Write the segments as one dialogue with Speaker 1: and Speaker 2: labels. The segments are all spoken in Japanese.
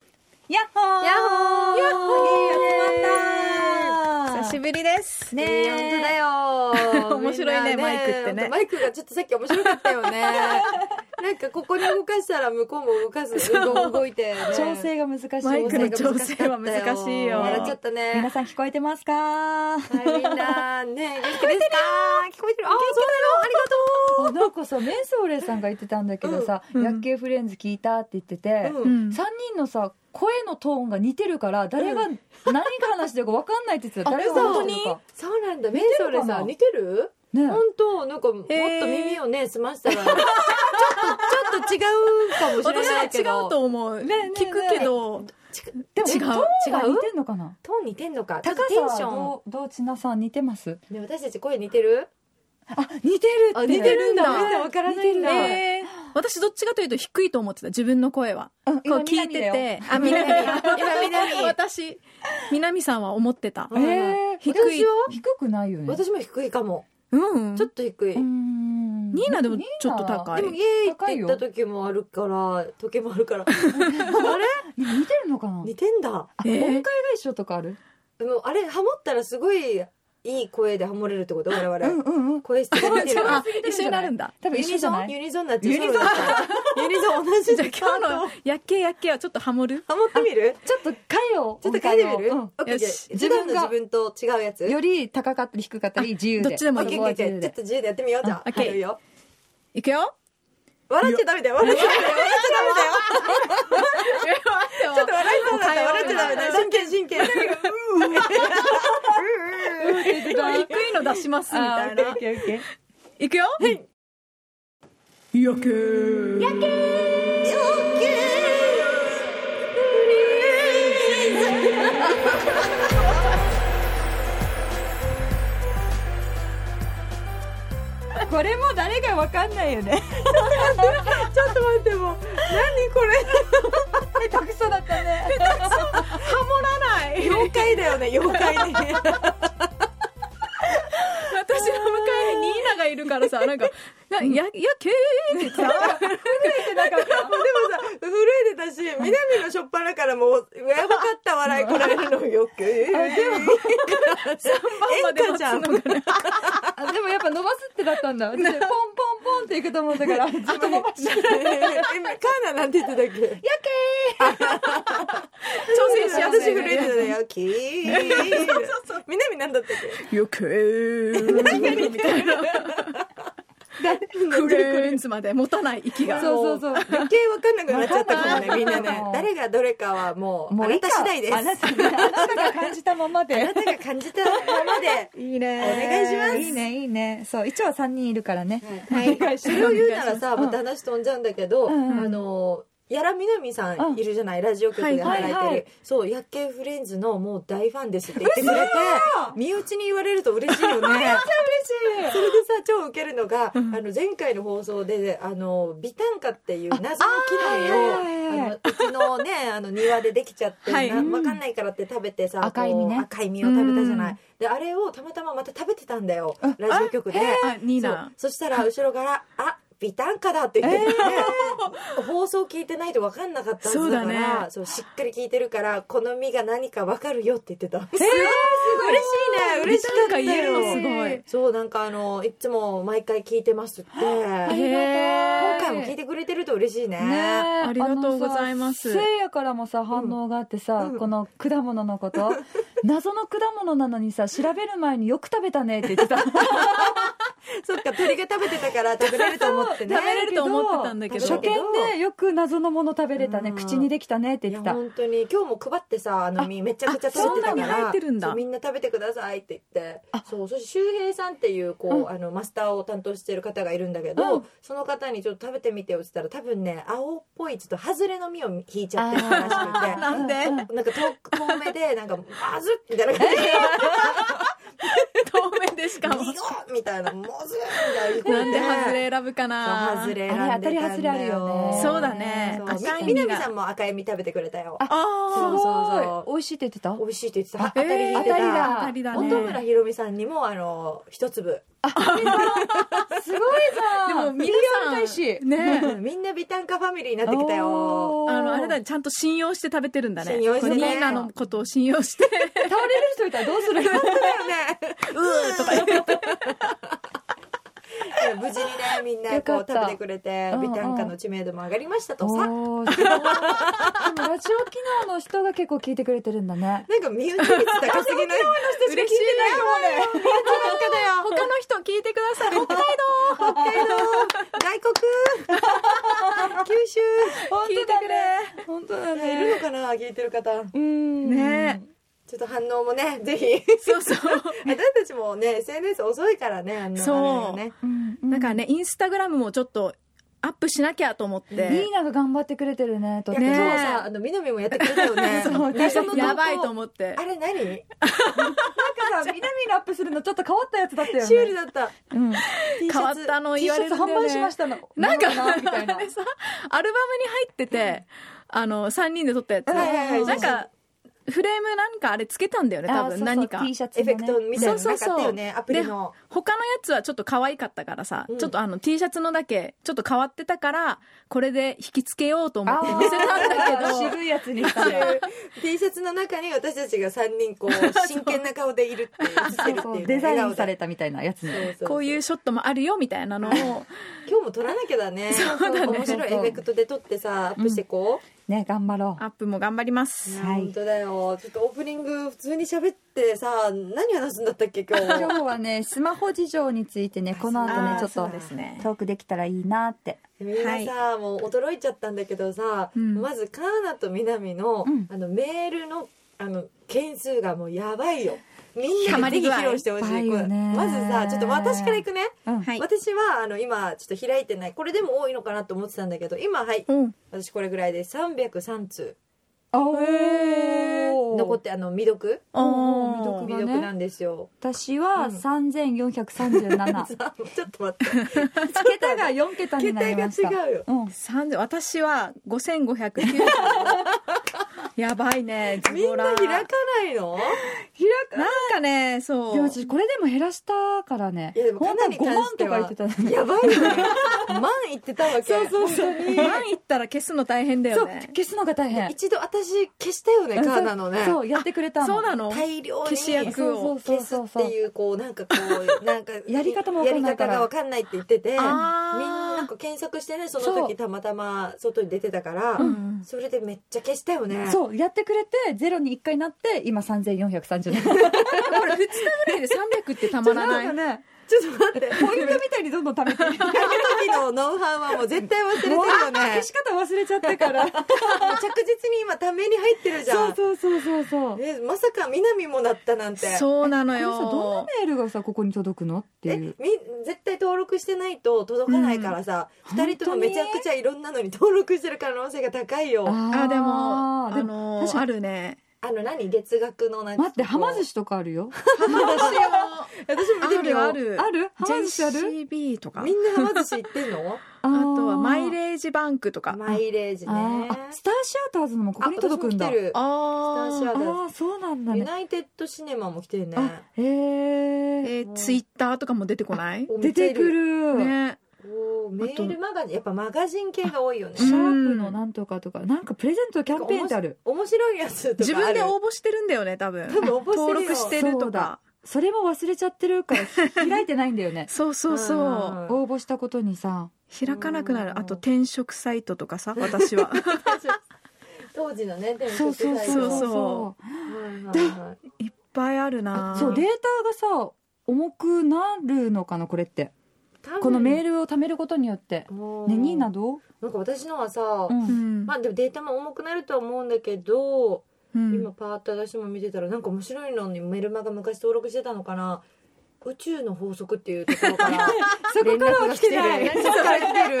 Speaker 1: やっほーやっほー集ま
Speaker 2: やっほー
Speaker 1: った
Speaker 2: 久しぶりです。
Speaker 1: ね
Speaker 2: え
Speaker 1: え
Speaker 2: ー本当だよ
Speaker 1: 面白いね
Speaker 2: みんな
Speaker 1: マイクってね
Speaker 2: マイクがちょっとさっき面白かったよ ね。なんかここに動かしたら向こうも動かず、動いて、ね。
Speaker 1: 調整が難しい
Speaker 2: 調
Speaker 1: マ
Speaker 2: 整
Speaker 1: イ
Speaker 2: が
Speaker 1: クの調整は
Speaker 2: 難
Speaker 1: 難
Speaker 2: しかった
Speaker 1: しいよ
Speaker 2: やっちゃったね。
Speaker 1: 皆さん聞こえてますか
Speaker 2: はい、みんな、ね、元気ですか聞こえてるあー、そうなのあ
Speaker 1: あの子さメンソーレさんが言ってたんだけどさ「
Speaker 3: うん
Speaker 1: 薬系フレンズ聞いた」って言ってて
Speaker 2: りがとう。
Speaker 3: う
Speaker 2: うん
Speaker 3: ん
Speaker 1: 3人のさ声のトーンが似てるから誰が
Speaker 2: う
Speaker 1: 何が話してるか分かんないって言ってた
Speaker 3: あ
Speaker 1: 誰が話してるか
Speaker 2: そうなんだ。メン
Speaker 1: て
Speaker 2: ソ
Speaker 1: る
Speaker 2: ーレ
Speaker 1: かな
Speaker 2: さん、似てる
Speaker 1: ね
Speaker 2: 本当なんかもっと耳をね澄ましたらちょっとちょっと違うかもしれ
Speaker 3: 私は
Speaker 2: ない
Speaker 3: 違
Speaker 2: け
Speaker 3: う
Speaker 2: ど
Speaker 3: と思
Speaker 1: ね
Speaker 3: う。
Speaker 1: えねえ
Speaker 3: 聞くけど、
Speaker 1: でも
Speaker 3: 違う
Speaker 1: トーンが似てんのかな
Speaker 2: トーン似てんのかちょっと
Speaker 1: 高
Speaker 2: テン
Speaker 1: さ
Speaker 2: ション
Speaker 1: どうどうちなさん似てます
Speaker 2: ね私たち声似てる
Speaker 1: あ似てる
Speaker 2: あ似てるんだ
Speaker 1: ね
Speaker 2: 見てわからないんだ
Speaker 1: 似てるね
Speaker 3: えー私どっちかというと低いと思ってた、自分の声は。
Speaker 1: うん
Speaker 3: こう
Speaker 1: 今
Speaker 3: 聞い
Speaker 1: 南だ
Speaker 3: て
Speaker 1: よ
Speaker 3: て、
Speaker 2: あ南今南
Speaker 3: 私、南さんは思ってた。
Speaker 2: うん
Speaker 1: えー
Speaker 3: 低い
Speaker 2: 私は
Speaker 1: 低くないよね
Speaker 2: 私も低いかも
Speaker 3: うん。
Speaker 2: ちょっと低い、
Speaker 1: うーん
Speaker 3: ニーナでもちょっと
Speaker 1: ニーナ
Speaker 3: 高
Speaker 2: で
Speaker 3: い。
Speaker 2: もイエーイって言った時もあるから時もあるからあれ
Speaker 1: 似てるのかな
Speaker 2: 似てんだ
Speaker 1: あ
Speaker 3: えー
Speaker 1: 音階が一緒とかある
Speaker 2: でもあれハモったらすごいいい声でハモれるってこと我
Speaker 1: うん
Speaker 2: 々
Speaker 1: うんうん
Speaker 2: 声質が似てる
Speaker 3: あ
Speaker 2: か、
Speaker 3: 一緒になるんだ。
Speaker 1: 多
Speaker 2: ら
Speaker 1: 分
Speaker 2: ユ
Speaker 1: 一緒
Speaker 2: ニ
Speaker 1: じ
Speaker 2: ゾ
Speaker 1: ゃな
Speaker 2: ン
Speaker 1: い
Speaker 2: ユニゾンになってる
Speaker 1: ユニゾン
Speaker 2: ユニゾン同 じ
Speaker 3: じゃあ今日の、やっけやっけはちょっとハモる
Speaker 2: ハモってみる
Speaker 1: ちょっと回を
Speaker 2: ちょっと書いてみる、
Speaker 1: 音
Speaker 2: オ
Speaker 1: 階を
Speaker 2: ッケー
Speaker 3: よ
Speaker 2: じゃ
Speaker 3: し
Speaker 2: あ自分の自分と違うやつ
Speaker 1: うんより高かったり低かったり自由で
Speaker 3: どっちでも
Speaker 2: オ
Speaker 3: い
Speaker 2: ッ
Speaker 3: い
Speaker 2: ケー
Speaker 1: そこは
Speaker 2: オッ
Speaker 1: 自由で
Speaker 2: ケーオッケーちょっと自由でやってみようじゃあ
Speaker 3: あオッケー
Speaker 2: やるよ
Speaker 3: い くよ
Speaker 2: 笑っちゃダメだよ笑っちゃダメだよ笑っちゃダメだよ
Speaker 3: ちょっと
Speaker 2: 笑いそうだった笑っちゃダメだよ真剣真剣
Speaker 3: 低いの出しますみ
Speaker 1: あー
Speaker 3: たい
Speaker 1: オッ
Speaker 3: な。
Speaker 1: ケーオッケーオッケー
Speaker 3: いくよ
Speaker 2: はい
Speaker 3: やっけー
Speaker 1: これも誰がわかんないよね
Speaker 2: ちょっと待ってもう何これ
Speaker 1: 下手くそだったね
Speaker 3: ハモらない
Speaker 2: 妖怪だよね妖怪ね
Speaker 3: 私の向かいにニーナがいるからさ、なんか、なや、やけーって言ってた。
Speaker 2: もうでもさ震えてたし南のしょっぱなからもうやばかった笑いこられるのよくでも
Speaker 3: まで待つのがね。
Speaker 1: あでもやっぱ伸ばすってだったんだ私ポンポンポンっていくと思ったからあと伸ばし
Speaker 2: カーナなんて言ってたっけ
Speaker 1: やっけ
Speaker 3: 挑戦しやす
Speaker 2: 私
Speaker 3: い
Speaker 2: 震えてたねよき南なんだったっけ
Speaker 3: よけーみたいな。フレンズまで持たない息
Speaker 1: ー
Speaker 3: が。
Speaker 1: そうそうそう
Speaker 2: 余計分かんなくなっちゃったかもねみんなね
Speaker 1: もう
Speaker 2: 誰がどれかはもう
Speaker 1: も
Speaker 2: あ
Speaker 1: うい
Speaker 2: な
Speaker 1: か
Speaker 2: いた次第です
Speaker 1: あ
Speaker 2: あ
Speaker 1: な
Speaker 2: な
Speaker 1: たあなたが感じたままで
Speaker 2: たが感じたままで
Speaker 3: いい
Speaker 2: お願いします
Speaker 1: いいねいいねそう一応三人いるからね
Speaker 2: はいそれを言うならさ
Speaker 1: うん
Speaker 2: また話飛んじゃうんだけどあ
Speaker 1: うん
Speaker 2: のやらみなみさんいるじゃないラジオ局で働いて
Speaker 1: はいはいはい
Speaker 2: るそう「やっけーフレンズ」のもう大ファンですって言ってくれて身内に言われると嬉しいよね
Speaker 1: 嬉し
Speaker 2: それでさ超ウケるのが、あの前回の放送であの美炭化っていう謎の機
Speaker 1: ああはいはいはい
Speaker 2: 械をあのうちのねあの庭でできちゃって、
Speaker 3: は
Speaker 2: ないわかんないからって食べてさ
Speaker 1: 赤い実ね
Speaker 2: こう赤い実を食べたじゃない、であれをたまたままた食べてたんだよラジオ局で
Speaker 3: あ、ニー
Speaker 2: そう
Speaker 3: ナ。
Speaker 2: そしたら後ろから「あ美炭化だ」って言ってて、 放送聞いてないと分かんなかったはずだから
Speaker 3: そうだね
Speaker 2: そうしっかり聞いてるからこの実が何か分かるよって言ってた。
Speaker 1: いえー
Speaker 2: 嬉しいね嬉しかったよ
Speaker 3: なんか言えるのすごい。
Speaker 2: そうなんかあのいつも毎回聞いてますって
Speaker 1: ありが
Speaker 2: 今
Speaker 1: とう
Speaker 3: え
Speaker 2: 回も聞いてくれてると嬉しいね
Speaker 1: ねえ
Speaker 3: ありがとうございます
Speaker 1: あのさせいやからもさ反応があってさ、
Speaker 2: うん
Speaker 1: この果物のこと 謎の果物なのにさ調べる前によく食べたねって言ってた食
Speaker 2: そっか鳥が食べてたから食べれると思 ってね
Speaker 3: 食べれると思ってたんだけど
Speaker 1: 初見でよく謎のもの食べれたね
Speaker 2: うん
Speaker 1: 口にできたねって
Speaker 2: い
Speaker 1: 言
Speaker 2: や
Speaker 1: ってた
Speaker 2: 本当に今日も配ってさあの実めちゃくちゃ
Speaker 3: あ
Speaker 2: 取ってた
Speaker 3: そ
Speaker 2: か
Speaker 3: んなに
Speaker 2: ら
Speaker 3: 入ってるんだ
Speaker 2: そうみんな食べてくださいって言ってそうそして周平さんっていうこう、あのマスターを担当してる方がいるんだけど、
Speaker 1: うん
Speaker 2: その方にちょっと食べてみてよって言ったら多分ね青っぽいちょっと外れの実を引いちゃってるらしくて
Speaker 1: あー
Speaker 3: なんで
Speaker 1: う
Speaker 2: なんか遠く遠目でなんか「まずっ」みたいな感じで
Speaker 3: 透明でしか
Speaker 2: 「
Speaker 3: も。
Speaker 2: いいよ!」みたいな「もず」みたいな
Speaker 3: なんでハズレ選ぶかな
Speaker 2: ハズレ
Speaker 1: あれ当たり外れあるよね
Speaker 3: そうだね赤い実が
Speaker 2: みなみさんも赤い実食べてくれたよ
Speaker 1: あ
Speaker 3: あ
Speaker 2: そうそうそう
Speaker 1: すごい美味しいって言ってた
Speaker 2: 美味しいって言ってた
Speaker 1: あ
Speaker 2: 当たり
Speaker 3: えー
Speaker 2: 言って
Speaker 1: 当たりだ
Speaker 2: た
Speaker 3: あ。当たりだね。
Speaker 2: 本村ひろみさんにもあの一粒
Speaker 1: すごいじゃん
Speaker 3: でも皆さん
Speaker 1: 大使
Speaker 3: ね
Speaker 2: うんみんなビタンカファミリーになってきたよ。
Speaker 1: おー
Speaker 3: あのあれだねちゃんと信用して食べてるんだね
Speaker 2: 信用してね
Speaker 3: これニーナのことを信用して
Speaker 1: 倒れる人いたらどうする
Speaker 2: 本当だよね。
Speaker 3: うーとか言って
Speaker 2: いや無事にねみんなこ
Speaker 1: よ
Speaker 2: う
Speaker 1: かった
Speaker 2: 食べてくれて
Speaker 1: うんう
Speaker 2: ビ
Speaker 1: ん
Speaker 2: タンカの知名度も上がりましたとさ
Speaker 1: おーすごいでもラジオ機能の人が結構聞いてくれてるんだ ね
Speaker 2: なんか身内率高すぎない
Speaker 3: 人しか聞いてない
Speaker 2: 嬉しいね身内なんか
Speaker 3: 他の人聞いてください北海道
Speaker 2: だよ北海道外国九州
Speaker 1: 本
Speaker 3: 聞いてくれ
Speaker 1: 本当だ
Speaker 2: いるのかな聞いてる方
Speaker 1: うーん
Speaker 3: ね
Speaker 2: ちょっと反応もねぜひ
Speaker 3: そう そう
Speaker 2: 私たちもね SNS 遅いからねあんな
Speaker 3: そう
Speaker 2: あれね
Speaker 1: うんう
Speaker 3: だからねインスタグラムもちょっとアップしなきゃと思って、
Speaker 1: ニーナが頑張ってくれてるねと
Speaker 2: い
Speaker 1: っ
Speaker 2: や
Speaker 1: て
Speaker 2: 今
Speaker 1: も
Speaker 2: 日
Speaker 3: ね
Speaker 2: さあの南もやってくれたよ ね
Speaker 1: そう
Speaker 2: 会社の投稿
Speaker 3: やばいと思って
Speaker 2: あれ何
Speaker 1: なんかさ南のアップするのちょっと変わったやつだったよね
Speaker 2: シュールだった
Speaker 1: うん、
Speaker 2: T シ
Speaker 3: 変わ
Speaker 2: ャ
Speaker 3: っ
Speaker 2: ツ
Speaker 3: たの
Speaker 1: T
Speaker 3: 言
Speaker 1: シ
Speaker 3: わ
Speaker 1: ャ
Speaker 3: れ
Speaker 1: ツ
Speaker 3: るんだ
Speaker 1: 販売し
Speaker 3: よ
Speaker 1: ま
Speaker 3: ね
Speaker 1: したの
Speaker 3: なんか
Speaker 1: なみたいな
Speaker 3: あれさアルバムに入っててあの3人で撮ったやつ、
Speaker 2: はいはいはい
Speaker 3: なんかフレームなんかあれつけたんだよね多
Speaker 1: あそう
Speaker 3: 分
Speaker 1: そう
Speaker 3: 何か
Speaker 1: T シャツ
Speaker 2: エ
Speaker 1: の
Speaker 2: フ
Speaker 1: ね
Speaker 2: ェクトみたいなのなかったよねアプリの
Speaker 3: 他のやつはちょっと可愛かったからさ、
Speaker 2: うん
Speaker 3: ちょっとあの T シャツのだけちょっと変わってたからこれで引きつけようと思って載せたんだ けど
Speaker 1: あー渋いやつにしたの
Speaker 2: T シャツの中に私たちが3人こう真剣な顔でいるっていう映ってるって
Speaker 1: そ
Speaker 2: いうう
Speaker 1: デザインされ
Speaker 2: た
Speaker 1: たみたいなやつね
Speaker 3: こういうショットもあるよみたいなのを
Speaker 2: 今日も撮らなきゃだね
Speaker 1: うだね
Speaker 2: 面白いエフェクトで撮ってさアップしてこ
Speaker 1: ね頑張ろ
Speaker 3: アップも頑張りま
Speaker 2: う、
Speaker 3: す、
Speaker 1: んはい
Speaker 2: 本当だよちょっとオープニング普通に喋ってさ何話すんだったっけ今
Speaker 1: う 今
Speaker 2: 日
Speaker 1: 日はねスマホ事情についてねこの後ね
Speaker 3: あ
Speaker 1: ちょ
Speaker 3: ー
Speaker 1: っ
Speaker 3: そ
Speaker 1: と
Speaker 3: うですね
Speaker 1: トークできたらいいなって
Speaker 2: みんなさ、もう驚いちゃったんだけどさ、
Speaker 3: うん
Speaker 2: まずカーナとみなみの,、
Speaker 1: うん
Speaker 2: あのメールのあの件数がもうやばいよみん
Speaker 3: ハ
Speaker 2: な
Speaker 3: マ
Speaker 2: に
Speaker 3: り
Speaker 2: ぜひ
Speaker 3: 具合
Speaker 2: 披露してほしい
Speaker 1: いっぱいよね
Speaker 2: まずさちょっと私からいくね
Speaker 1: うん
Speaker 3: はい
Speaker 2: 私はあの今ちょっと開いてないこれでも多いのかなと思ってたんだけど今はい
Speaker 3: うん、
Speaker 2: 私これぐらいで303通
Speaker 1: お
Speaker 3: へ
Speaker 1: ー
Speaker 2: 残ってあの未読
Speaker 1: おー
Speaker 2: 未読なんですよ、
Speaker 1: 私は
Speaker 2: うん
Speaker 1: 3437
Speaker 2: さあちょっと待って
Speaker 1: 桁が4桁にな
Speaker 2: 携
Speaker 1: り
Speaker 2: 帯が
Speaker 1: ました
Speaker 2: 違うよ
Speaker 1: うん
Speaker 3: 30私は5590やばいねズ
Speaker 2: みん
Speaker 3: ボ
Speaker 2: な
Speaker 3: ラ
Speaker 2: 開かないの
Speaker 3: なんかねそう
Speaker 1: でも私これでも減らしたからね
Speaker 2: いやでもか
Speaker 1: 本
Speaker 2: な
Speaker 1: 当
Speaker 2: り
Speaker 1: 5
Speaker 2: 関
Speaker 1: 万
Speaker 2: して
Speaker 1: とか
Speaker 2: は
Speaker 1: 言ってたのに
Speaker 2: やばいよね万言ってたわけ
Speaker 3: そうそうそう
Speaker 2: 本当に
Speaker 3: 何言ったら消すの大変だ
Speaker 1: そ
Speaker 3: よ
Speaker 1: う
Speaker 3: ね
Speaker 1: 消すのが大変
Speaker 2: 一度私消したよねカーナのね
Speaker 1: そうやってくれたの
Speaker 3: そうなの
Speaker 2: 大量に
Speaker 3: 消し役
Speaker 1: そうそう
Speaker 2: 消
Speaker 1: そ
Speaker 2: す
Speaker 1: う
Speaker 2: っ
Speaker 1: そう
Speaker 2: ていうこうなんかこ うなんか
Speaker 1: やり方もわかんないから
Speaker 2: やり方がわかんないって言っててみん
Speaker 3: あー
Speaker 2: なこう検索してねその
Speaker 1: そ
Speaker 2: 時
Speaker 1: う
Speaker 2: たまたま外に出てたから、
Speaker 3: うん
Speaker 2: それでめっちゃ消したよね
Speaker 1: そうやってくれてゼロに1回なって今3430円
Speaker 3: これ2日ぐらいで300ってたまらない
Speaker 1: ね
Speaker 2: ちょっと 待って
Speaker 1: ポイントみたいにどんどん貯めてる
Speaker 2: あの時のノウハウはもう絶対忘れてるよね
Speaker 1: 消し方忘れちゃったから
Speaker 2: もう着実に今ために入ってるじゃ
Speaker 1: そ
Speaker 2: ん
Speaker 1: うそうそうそうそう
Speaker 2: えまさか南もなったなんて
Speaker 3: そうなの
Speaker 1: これさどんな
Speaker 3: よ
Speaker 1: メールがさここに届くのって
Speaker 2: え
Speaker 1: い
Speaker 2: み
Speaker 1: う
Speaker 2: 絶対登録してないと届かないからさ、
Speaker 1: うん
Speaker 2: 二2人ともめちゃくちゃいろんなのに登録してる可能性が高いよあ
Speaker 1: あ
Speaker 3: あでもあ
Speaker 1: でも
Speaker 3: の
Speaker 1: 確かに
Speaker 3: ーあるね
Speaker 2: の何月額のなんか
Speaker 1: 待ってはま寿
Speaker 2: 司
Speaker 1: 司とかあるよ
Speaker 2: 私も見てみよう
Speaker 3: ある
Speaker 1: あるはま寿司ある
Speaker 3: JCB とか
Speaker 2: みんなはま寿司 行ってんの
Speaker 1: あ
Speaker 3: あ
Speaker 1: ー
Speaker 3: とはマイレージバンクとか
Speaker 2: マイレージね
Speaker 1: あーあスターシアターズのもここに届くんだ
Speaker 2: あ私も来てる
Speaker 3: あ
Speaker 2: スターシア
Speaker 1: あ
Speaker 2: タ
Speaker 1: ーそうなんだ
Speaker 2: ユ
Speaker 1: ね
Speaker 2: ナイテッドシネマも来てるね
Speaker 1: あへえ
Speaker 3: えツイッター Twitter とかも出てこない
Speaker 2: お
Speaker 1: 出
Speaker 2: めっちゃ
Speaker 1: て
Speaker 2: い
Speaker 1: くる、
Speaker 3: ね
Speaker 2: おーメールマガジンやっぱマガジン系が多いよね
Speaker 1: シャープのなんとかとかなんかプレゼントキャンペーンってある
Speaker 2: 面白いやつと
Speaker 3: 自
Speaker 2: かある
Speaker 3: 分で応募してるんだよね多分
Speaker 2: 多分応募してるよ
Speaker 3: 登録してるとか
Speaker 1: それも忘れちゃってるからひ開いてないんだよね
Speaker 3: そうそう そう
Speaker 1: 応募したことにさ
Speaker 3: 開かなくな
Speaker 2: うん
Speaker 3: るあと転職サイトとかさ私 は
Speaker 2: 当時のねでも
Speaker 1: そうそう
Speaker 2: はい
Speaker 1: そう
Speaker 3: そう
Speaker 1: そ
Speaker 3: そう
Speaker 2: はいはい
Speaker 3: いっぱいあるな
Speaker 1: そうデータがさ重くなるのかなこれってこのメールを貯めることによって
Speaker 2: 多分
Speaker 1: ねニーナどう、
Speaker 2: なんか私のはさ、
Speaker 1: うん
Speaker 3: うん
Speaker 2: まあでもデータも重くなるとは思うんだけど、
Speaker 3: うん
Speaker 2: 今パーッと私も見てたらなんか面白いのにメルマが昔登録してたのかな宇宙の法則っていうところから
Speaker 1: そこからは来てな
Speaker 2: 連
Speaker 1: い
Speaker 2: 絡が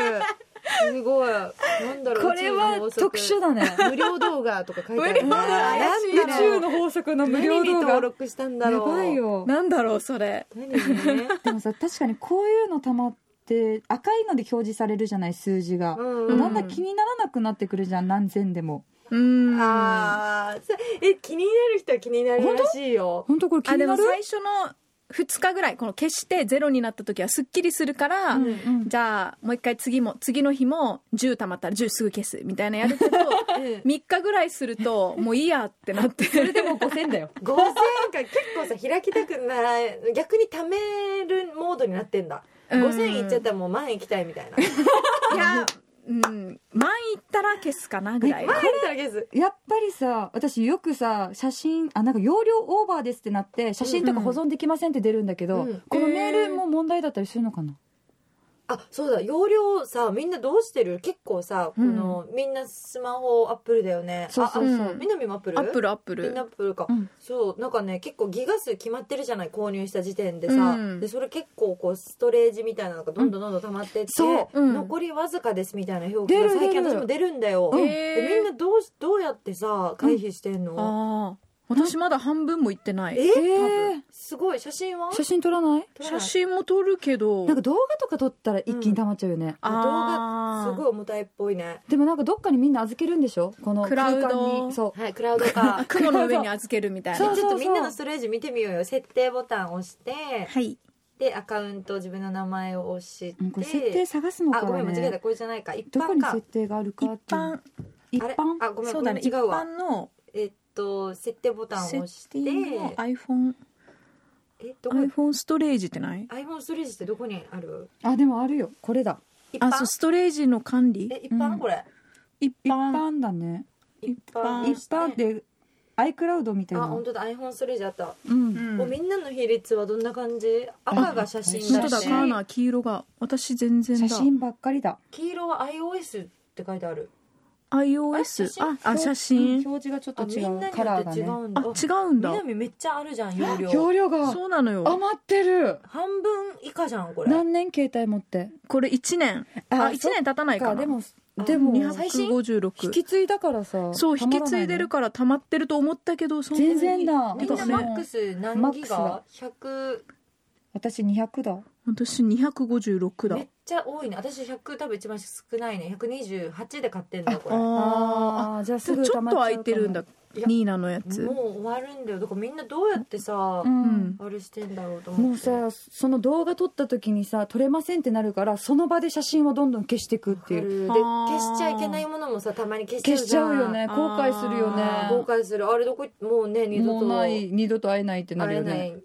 Speaker 2: 来てるすごいなんだろ う
Speaker 1: これは特殊
Speaker 2: だ
Speaker 1: だね
Speaker 2: 無料動画とか書いてあるね
Speaker 3: 無料動画怪しい
Speaker 1: 宇
Speaker 3: ね
Speaker 1: 宙の法則の無
Speaker 2: 無
Speaker 1: 料
Speaker 2: 料
Speaker 1: 動
Speaker 2: 動画
Speaker 1: 画
Speaker 2: 登録したんだ
Speaker 1: や
Speaker 2: ろう
Speaker 1: ばいよ
Speaker 3: なんだろうそれ
Speaker 2: 何ね
Speaker 1: でもさ確かにこういうのたまって赤いので表示されるじゃない数字が、
Speaker 2: うん
Speaker 1: だんだん気にならなくなってくるじゃん何千でも
Speaker 3: うん
Speaker 2: あーさえ気になる人は気になるらしいよ
Speaker 1: 本当これ気
Speaker 3: あ
Speaker 1: に
Speaker 3: で
Speaker 1: な
Speaker 3: も
Speaker 1: る
Speaker 3: 最初の2日ぐらいこの決してゼロになった時はすっきりするから、
Speaker 1: うんうん
Speaker 3: じゃあもう一回次も次の日も10たまったら10すぐ消すみたいなやる けど
Speaker 2: うん
Speaker 3: 3日ぐらいするともういいやってなって
Speaker 1: それでも5000だよ
Speaker 2: 5000円か結構さ開きたくない逆に貯めるモードになってんだ
Speaker 3: うん
Speaker 2: 5000いっちゃったらもう万円行きたいみたいな
Speaker 3: いや、うん、満いったら消すかなぐらい
Speaker 2: 万円行ったらゲス
Speaker 1: やっぱりさ私よくさ写真あなんか容量オーバーですってなって写真とか保存できませんって出るんだけど、
Speaker 2: うん
Speaker 1: このメールも問題だったりするのかな、
Speaker 2: あそうだ容量さみんなどうしてる結構さこの、みんなスマホアップルだよね
Speaker 1: そうそう
Speaker 3: そう
Speaker 2: ああみなみもアップル
Speaker 3: アップルアップ
Speaker 2: みん
Speaker 3: ル
Speaker 2: なアップルか、
Speaker 1: うん
Speaker 2: そうなんかね結構ギガ数決まってるじゃない購入した時点でさ、
Speaker 3: うん
Speaker 2: でそれ結構こうストレージみたいなのがどんどんどんどん溜まってって、
Speaker 1: そう
Speaker 3: うん
Speaker 2: 残りわずかですみたいな表記が
Speaker 1: 出る
Speaker 2: 最近
Speaker 1: 出る
Speaker 2: 私も出るんだよ、
Speaker 1: うん
Speaker 2: でみんなどうしどうやってさ回避してんの、
Speaker 3: ああ私まだ半分もいってない
Speaker 2: え
Speaker 1: えー
Speaker 2: すごい写真は
Speaker 1: 写真撮らない
Speaker 2: 撮らな
Speaker 3: 写
Speaker 2: い
Speaker 3: 真も撮るけど
Speaker 1: なんか動画とか撮ったら一気に溜まっちゃうよね、
Speaker 3: あ
Speaker 2: 動画すごい重たいっぽいね
Speaker 1: でもなんかどっかにみんな預けるんでしょこの
Speaker 3: クラウ
Speaker 1: 空
Speaker 3: ド
Speaker 1: 間にそう
Speaker 2: はいクラウドか
Speaker 3: あ雲の上に預けるみた い
Speaker 1: そう
Speaker 3: な
Speaker 1: そう
Speaker 2: ちょっとみんなのストレージ見てみようよ設定ボタンを押して
Speaker 3: はい
Speaker 2: でアカウント自分の名前を押し
Speaker 1: うんこれ設定
Speaker 2: て
Speaker 1: 探すのか
Speaker 2: あごめん間違え
Speaker 1: ね
Speaker 2: たこれじゃないか一
Speaker 1: どこ
Speaker 2: 般
Speaker 1: に
Speaker 2: か
Speaker 1: 設定がある
Speaker 3: 一
Speaker 1: かっていう
Speaker 3: 般
Speaker 1: 一
Speaker 2: あれ
Speaker 1: 般
Speaker 2: あごめん
Speaker 3: そうだね
Speaker 2: こ
Speaker 3: 一
Speaker 2: れ違うわ
Speaker 3: 般の
Speaker 2: えっと設定ボタンを押し
Speaker 3: 設
Speaker 2: て
Speaker 3: 定の iPhone
Speaker 2: えどこ
Speaker 3: iPhone ストレージってない
Speaker 2: iPhone ストレージってどこにある
Speaker 1: あでもあるよこれだ
Speaker 2: 一般
Speaker 3: あそうストレージの管理
Speaker 2: え一般、
Speaker 1: うん
Speaker 2: これ
Speaker 3: 一
Speaker 1: 一
Speaker 3: 般
Speaker 1: 般だね
Speaker 2: 一
Speaker 3: 般
Speaker 2: 般
Speaker 1: 一般で iCloud みたい
Speaker 2: あ
Speaker 1: な
Speaker 2: 本当だ iPhone ストレージあった、
Speaker 1: うん
Speaker 3: うん
Speaker 2: もうみんなの比率はどんな感じ赤が写真
Speaker 3: 本
Speaker 2: だ
Speaker 3: 当
Speaker 2: し
Speaker 3: だカーナー黄色が私全然だ
Speaker 1: 写真ばっかりだ
Speaker 2: 黄色は iOS って書いてあるあ写
Speaker 3: iOS
Speaker 2: 真
Speaker 3: ああ写
Speaker 1: うん
Speaker 3: 真
Speaker 1: 表示がちょっと
Speaker 2: あみ
Speaker 1: 違
Speaker 2: んな
Speaker 1: う
Speaker 2: によ
Speaker 1: カラー
Speaker 2: っ
Speaker 1: が
Speaker 2: て違
Speaker 1: ね
Speaker 2: うんだ
Speaker 3: あ違うんだ
Speaker 2: 南めっちゃあるじゃん容量
Speaker 1: 容量が
Speaker 3: そうなのよ
Speaker 1: 余ってる
Speaker 2: 半分以下じゃんこれ
Speaker 1: 何年携帯持って
Speaker 3: これ1年
Speaker 1: あ
Speaker 3: あ一1年経たないか
Speaker 1: か
Speaker 3: な
Speaker 1: でも
Speaker 2: あ
Speaker 1: でも
Speaker 2: 最新
Speaker 1: 引
Speaker 3: 256
Speaker 1: き継いだからさ
Speaker 3: そう
Speaker 1: た
Speaker 3: 引
Speaker 1: ま
Speaker 3: き
Speaker 1: らないね
Speaker 3: 継いでるから溜まってると思ったけどそんなに
Speaker 1: 全然だ
Speaker 2: みんな
Speaker 3: ね
Speaker 2: マックス何ギガ ?100
Speaker 1: 私200だ
Speaker 3: 私256だ
Speaker 2: めっちゃ多いね私100多分一番少ないね128で買ってんだよこれも
Speaker 3: ああ
Speaker 1: あーじゃあ
Speaker 3: ち
Speaker 1: す
Speaker 3: ょ
Speaker 1: ぐ
Speaker 3: っ
Speaker 1: 溜
Speaker 3: と
Speaker 1: まっちゃうかも
Speaker 3: 空いてるんだ
Speaker 2: いや
Speaker 3: ニーナのや
Speaker 2: う
Speaker 3: つ
Speaker 2: 終わるん だよだからみんなどうやってさ、
Speaker 1: うん
Speaker 3: うん
Speaker 2: あれしてんだろうと思
Speaker 1: も
Speaker 2: っ
Speaker 1: う
Speaker 2: て
Speaker 1: さその動画撮った時にさ撮れませんってなるからその場で写真をどんどん消していくっていう
Speaker 2: で
Speaker 3: あー
Speaker 2: 消しちゃいけないものもさたまに消しちゃう
Speaker 1: 消しちゃうよね
Speaker 3: あ
Speaker 1: 後
Speaker 3: ー
Speaker 1: 悔するよね
Speaker 3: あー
Speaker 2: 後悔するあれどこ行っもうね二度
Speaker 1: も
Speaker 2: と
Speaker 1: うない二度と会えないってなる
Speaker 2: 会え
Speaker 1: よ
Speaker 2: な
Speaker 1: ね
Speaker 2: い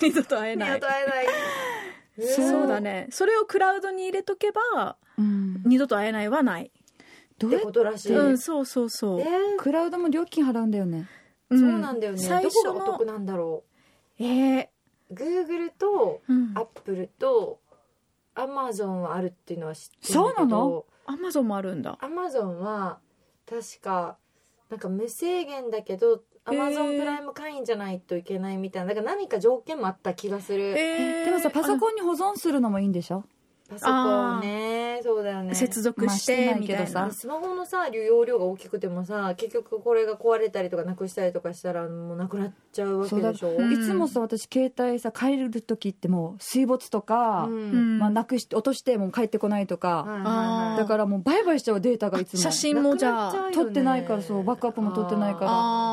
Speaker 3: 二度と会え
Speaker 2: 二
Speaker 3: な
Speaker 2: 度
Speaker 3: い
Speaker 2: と会えない
Speaker 1: えない
Speaker 3: そうだねそれをクラウドに入れとけば
Speaker 1: うん
Speaker 3: 二度と会えないはない
Speaker 1: ど
Speaker 2: っ
Speaker 1: う
Speaker 2: て
Speaker 1: やっ
Speaker 2: ことらしい、
Speaker 1: ん
Speaker 3: うんそうそうそう
Speaker 2: えー
Speaker 1: クラウドも料金払うんだよね
Speaker 3: ん
Speaker 2: そうなんだよね、
Speaker 3: 最
Speaker 2: ど
Speaker 3: 初
Speaker 2: こがお得
Speaker 3: の
Speaker 2: なんだろ
Speaker 3: えー
Speaker 2: う Google と
Speaker 3: うん
Speaker 2: アップルとアマゾンはあるっていうのは知ってる
Speaker 1: そうなの
Speaker 3: アマゾンもあるんだ
Speaker 2: アマゾンは確かなんか無制限だけどアマゾンプライム会員じゃないといけないみたいななんか何か条件もあった気がする、
Speaker 3: えー
Speaker 1: でもさパソコンに保存するのもいいんでしょ
Speaker 2: パソコンねそうだよ
Speaker 3: あ
Speaker 2: ね
Speaker 3: の接続し
Speaker 1: まあして
Speaker 3: て
Speaker 1: ない
Speaker 3: み
Speaker 1: け
Speaker 3: た
Speaker 1: ど
Speaker 3: い
Speaker 1: さ
Speaker 3: な
Speaker 2: スマホのさ容量が大きくてもさ結局これが壊れたりとかなくしたりとかしたらもうなくなっちゃうわけでし
Speaker 1: そ
Speaker 2: ょ
Speaker 1: うい
Speaker 3: ん
Speaker 1: つもさ私携帯さ帰る時ってもう水没とか、
Speaker 2: うん
Speaker 1: まあ、なくし落としてもう帰ってこないとか、
Speaker 3: あー
Speaker 1: だからもうバイバイしちゃうデータがいつも
Speaker 3: 写真もじゃ
Speaker 2: なくな
Speaker 3: あ
Speaker 2: っちゃうよね
Speaker 1: 撮ってないからそうバックアップも撮ってない
Speaker 3: あ
Speaker 1: か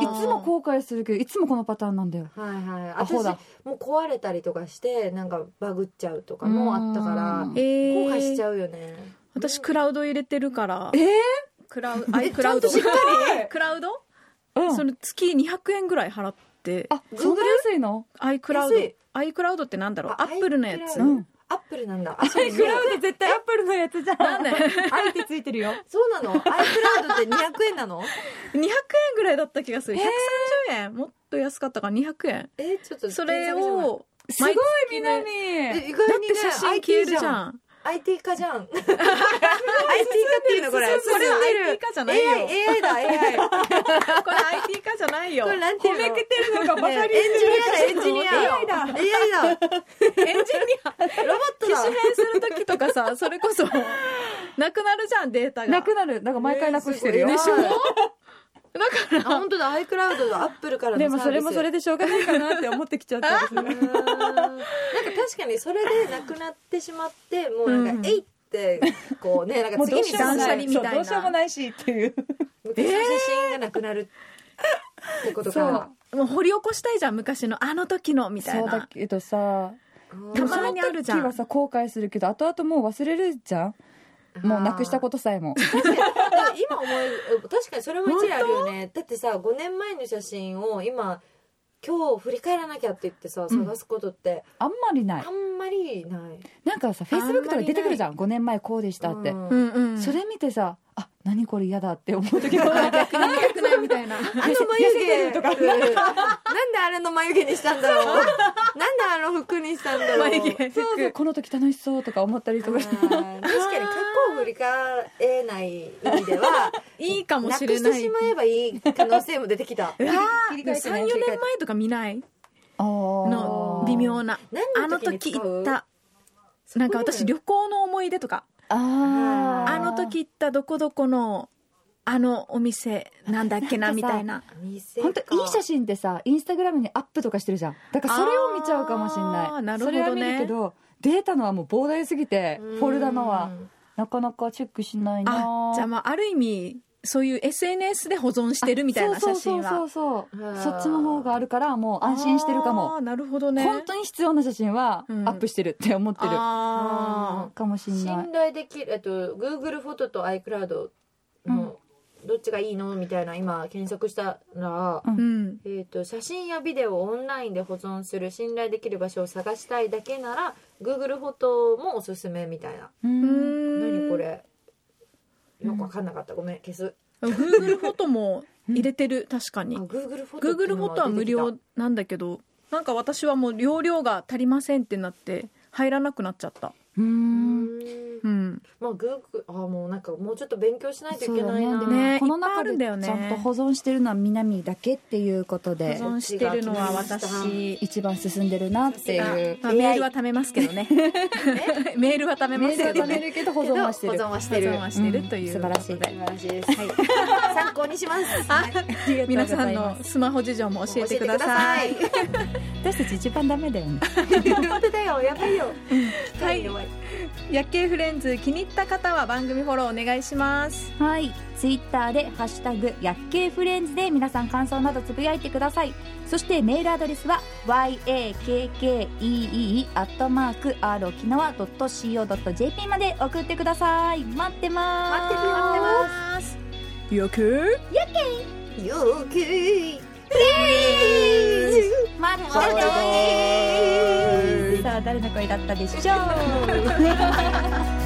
Speaker 3: ー
Speaker 1: らいつも後悔するけどいつもこのパターンなんだよ
Speaker 2: はいはい
Speaker 1: ア
Speaker 2: 私
Speaker 1: ホだ
Speaker 2: もう壊れたりとかしてなんかバグっちゃうとかもあったから
Speaker 1: うん
Speaker 2: 後
Speaker 3: えー
Speaker 2: 悔しちゃうよね
Speaker 3: 私クラウド入れてるから
Speaker 1: えー
Speaker 3: クラウドクラウド
Speaker 2: ちゃんとしっか
Speaker 3: クラウド
Speaker 1: うん
Speaker 3: その月200円ぐらい払って
Speaker 1: あそんな安いの
Speaker 3: iCloud
Speaker 2: 安い
Speaker 3: iCloud ってなんだろう
Speaker 2: あ
Speaker 3: アップルのやつ
Speaker 2: iCloud
Speaker 1: うん
Speaker 2: アップルなんだあそうね
Speaker 1: ウド絶対アップルのやつじゃん
Speaker 3: なん で200
Speaker 1: あえてついてるよ
Speaker 2: そうなの iCloud って200円なの
Speaker 3: 円ぐらいだった気がする130円もっと安かったから200円
Speaker 2: えちょっと
Speaker 3: それ
Speaker 2: 検索
Speaker 3: を
Speaker 1: すごい南
Speaker 2: じゃないえ意
Speaker 3: だ
Speaker 2: 外
Speaker 3: っ
Speaker 2: にね
Speaker 3: て写真消えるじ
Speaker 2: IT じゃ
Speaker 3: ゃ
Speaker 2: ん
Speaker 3: ん
Speaker 2: IT 化じゃん IT 化っていうのこれ
Speaker 3: 進んでる
Speaker 2: これ
Speaker 3: IT 化じゃないよ
Speaker 2: AI AI だ AI
Speaker 3: これ IT 化じゃないよ
Speaker 2: これなんていうの
Speaker 1: てるのが
Speaker 2: ねエンジニアだエンジニア AI だ
Speaker 3: エンジニア
Speaker 2: ロボット
Speaker 3: 機種
Speaker 2: だ
Speaker 3: 変する時と かさそれこそなくなるじゃんデータが
Speaker 1: なくなるなんか毎回なくしてるよ
Speaker 2: ね
Speaker 3: でしょ
Speaker 2: は
Speaker 3: だから
Speaker 2: あ本当だ iCloud と Apple からの
Speaker 1: でもそれも
Speaker 2: サ
Speaker 1: そ
Speaker 2: ービス
Speaker 1: れでしょうがないかなって思ってきちゃったりする
Speaker 2: うーんなんか確かにそれでなくなってしまってもうなんか「えい!」ってこうねなんか次に
Speaker 3: ようも
Speaker 2: 断
Speaker 3: ない
Speaker 2: 捨離
Speaker 3: 断捨離みたいな
Speaker 1: そうどうしようもないしっていう
Speaker 2: 昔の写真がなくなるってこと
Speaker 1: そ
Speaker 2: か
Speaker 1: う
Speaker 3: もう掘り起こしたいじゃん昔のあの時のみたい
Speaker 1: そうだ
Speaker 3: な
Speaker 1: けどさ
Speaker 3: た
Speaker 1: でも
Speaker 3: まにあるじゃん
Speaker 1: その時はさ後悔するけど後々もう忘れるじゃんもうなくしたことさえも
Speaker 2: と今思い確かにそれも一理あるよねだってさ5年前の写真を今今日振り返らなきゃって言ってさ探すことって
Speaker 1: あんまりない
Speaker 2: あんまりない、
Speaker 1: なんかさフェイスブックとかで出てくるじゃん5年前こうでしたって、
Speaker 2: うん
Speaker 3: うんうん
Speaker 1: それ見てさあ何これ嫌だって思う時もある
Speaker 3: 逆に良くないみたいな
Speaker 2: あの
Speaker 1: 痩せて
Speaker 2: 眉毛
Speaker 1: るとか
Speaker 2: うんなんであれの眉毛にしたんだろうなんであの服にしたんだろう
Speaker 3: 眉毛
Speaker 1: そうそうこの時楽しそうとか思ったりと
Speaker 2: うん
Speaker 1: か
Speaker 2: 確かに過去を振り返れない意味で は
Speaker 3: いいかも
Speaker 2: な
Speaker 3: し
Speaker 2: く
Speaker 3: れ
Speaker 2: して
Speaker 3: ない
Speaker 2: しまえばいい可能性も出てき た
Speaker 3: 34
Speaker 2: 切り替えてね切り替えて
Speaker 3: 年前とか見ないの
Speaker 1: の
Speaker 3: 微妙なあ
Speaker 2: 何
Speaker 3: の
Speaker 2: の時に
Speaker 3: 時
Speaker 2: 使う
Speaker 3: 行ったなんか私旅行の思い出とか
Speaker 1: あー
Speaker 3: あの時行ったどこどこのあのお店なんだっけな
Speaker 1: なん
Speaker 3: み
Speaker 1: かさ
Speaker 3: たいな
Speaker 2: 店か
Speaker 1: 本当いい写真ってさインスタグラムにアップとかしてるじゃんだからそれを見ちゃうかもしれ
Speaker 3: あ
Speaker 1: な
Speaker 3: ー
Speaker 1: い
Speaker 3: なる
Speaker 1: そ
Speaker 3: ほどね
Speaker 1: れは見るけどデータのはもう膨大すぎて
Speaker 2: うん
Speaker 1: フォルダのはなかなかチェックしないな
Speaker 3: あじゃあまあある意味そういう SNS で保存してるみたいな写真
Speaker 1: そ
Speaker 3: は
Speaker 1: うそうそう
Speaker 2: あ
Speaker 1: そう
Speaker 2: ー
Speaker 1: そっちの方があるからもう安心してるかも
Speaker 3: あーなるほどね
Speaker 1: 本当に必要な写真はア
Speaker 3: うん
Speaker 1: ップしてるって思ってる
Speaker 3: あ
Speaker 1: かもしれない
Speaker 2: 信頼できるえっと Google フォトと iCloud のどっちがいいのみたいな今検索したら、
Speaker 3: ーうん
Speaker 2: えっと写真やビデオをオンラインで保存する信頼できる場所を探したいだけなら Google フォトもおすすめみたいな
Speaker 1: う
Speaker 3: うー
Speaker 1: ん
Speaker 3: ん
Speaker 2: 何これよくわかんなかったごめん消す
Speaker 3: Google フォトも入れてる確か
Speaker 2: あ
Speaker 3: に
Speaker 2: Google フォトっていう
Speaker 3: Google
Speaker 2: の
Speaker 3: フ
Speaker 2: も
Speaker 3: ォトは無
Speaker 2: 出てきた
Speaker 3: 料なんだけどなんか私はもう容量が足りませんってなって入らなくなっちゃった
Speaker 1: う
Speaker 2: うー
Speaker 1: ん
Speaker 2: ん
Speaker 3: うん
Speaker 2: まあ Google あもうなんかもうちょっと勉強しないとい
Speaker 1: そう
Speaker 2: け
Speaker 1: だ
Speaker 2: な
Speaker 1: ね
Speaker 2: い
Speaker 1: で
Speaker 2: な
Speaker 1: も
Speaker 3: ね
Speaker 1: この
Speaker 3: いっぱいあ
Speaker 1: 中
Speaker 3: るんだよ
Speaker 1: で
Speaker 3: ね
Speaker 1: ちゃんと保存してるのは南だけっていうことで
Speaker 3: 保存してるのは私
Speaker 1: 一番進んでるなって
Speaker 3: あ
Speaker 1: いう
Speaker 3: まあメールは貯めますけどね メールは貯めますけど
Speaker 1: 貯め
Speaker 3: ね
Speaker 1: るけど保
Speaker 2: けど
Speaker 1: 存はしてる
Speaker 2: 保存はしてる
Speaker 3: 保存はしてるという
Speaker 1: 素晴らしい
Speaker 2: 素晴らしいです、参考にします
Speaker 3: 皆さんのスマホ事情も教えてください
Speaker 2: 教えてくだ
Speaker 1: 私たち一番ダメだよね
Speaker 2: さい本当だよやばいよはい弱い
Speaker 3: 夜景フレンズ気に入った方は番組フォローお願いします
Speaker 1: はい、ツイッターで「ハッシュタグ薬系フレンズ」で皆さん感想などつぶやいてくださいそしてメールアドレスは yakkee.rokinawa.co.jp まで送ってください待ってます
Speaker 2: 待ってます
Speaker 3: 待ってます夜景
Speaker 2: よーけー
Speaker 1: 待って
Speaker 2: 待って
Speaker 1: ます
Speaker 2: ま
Speaker 1: さあ誰の声だったでしょう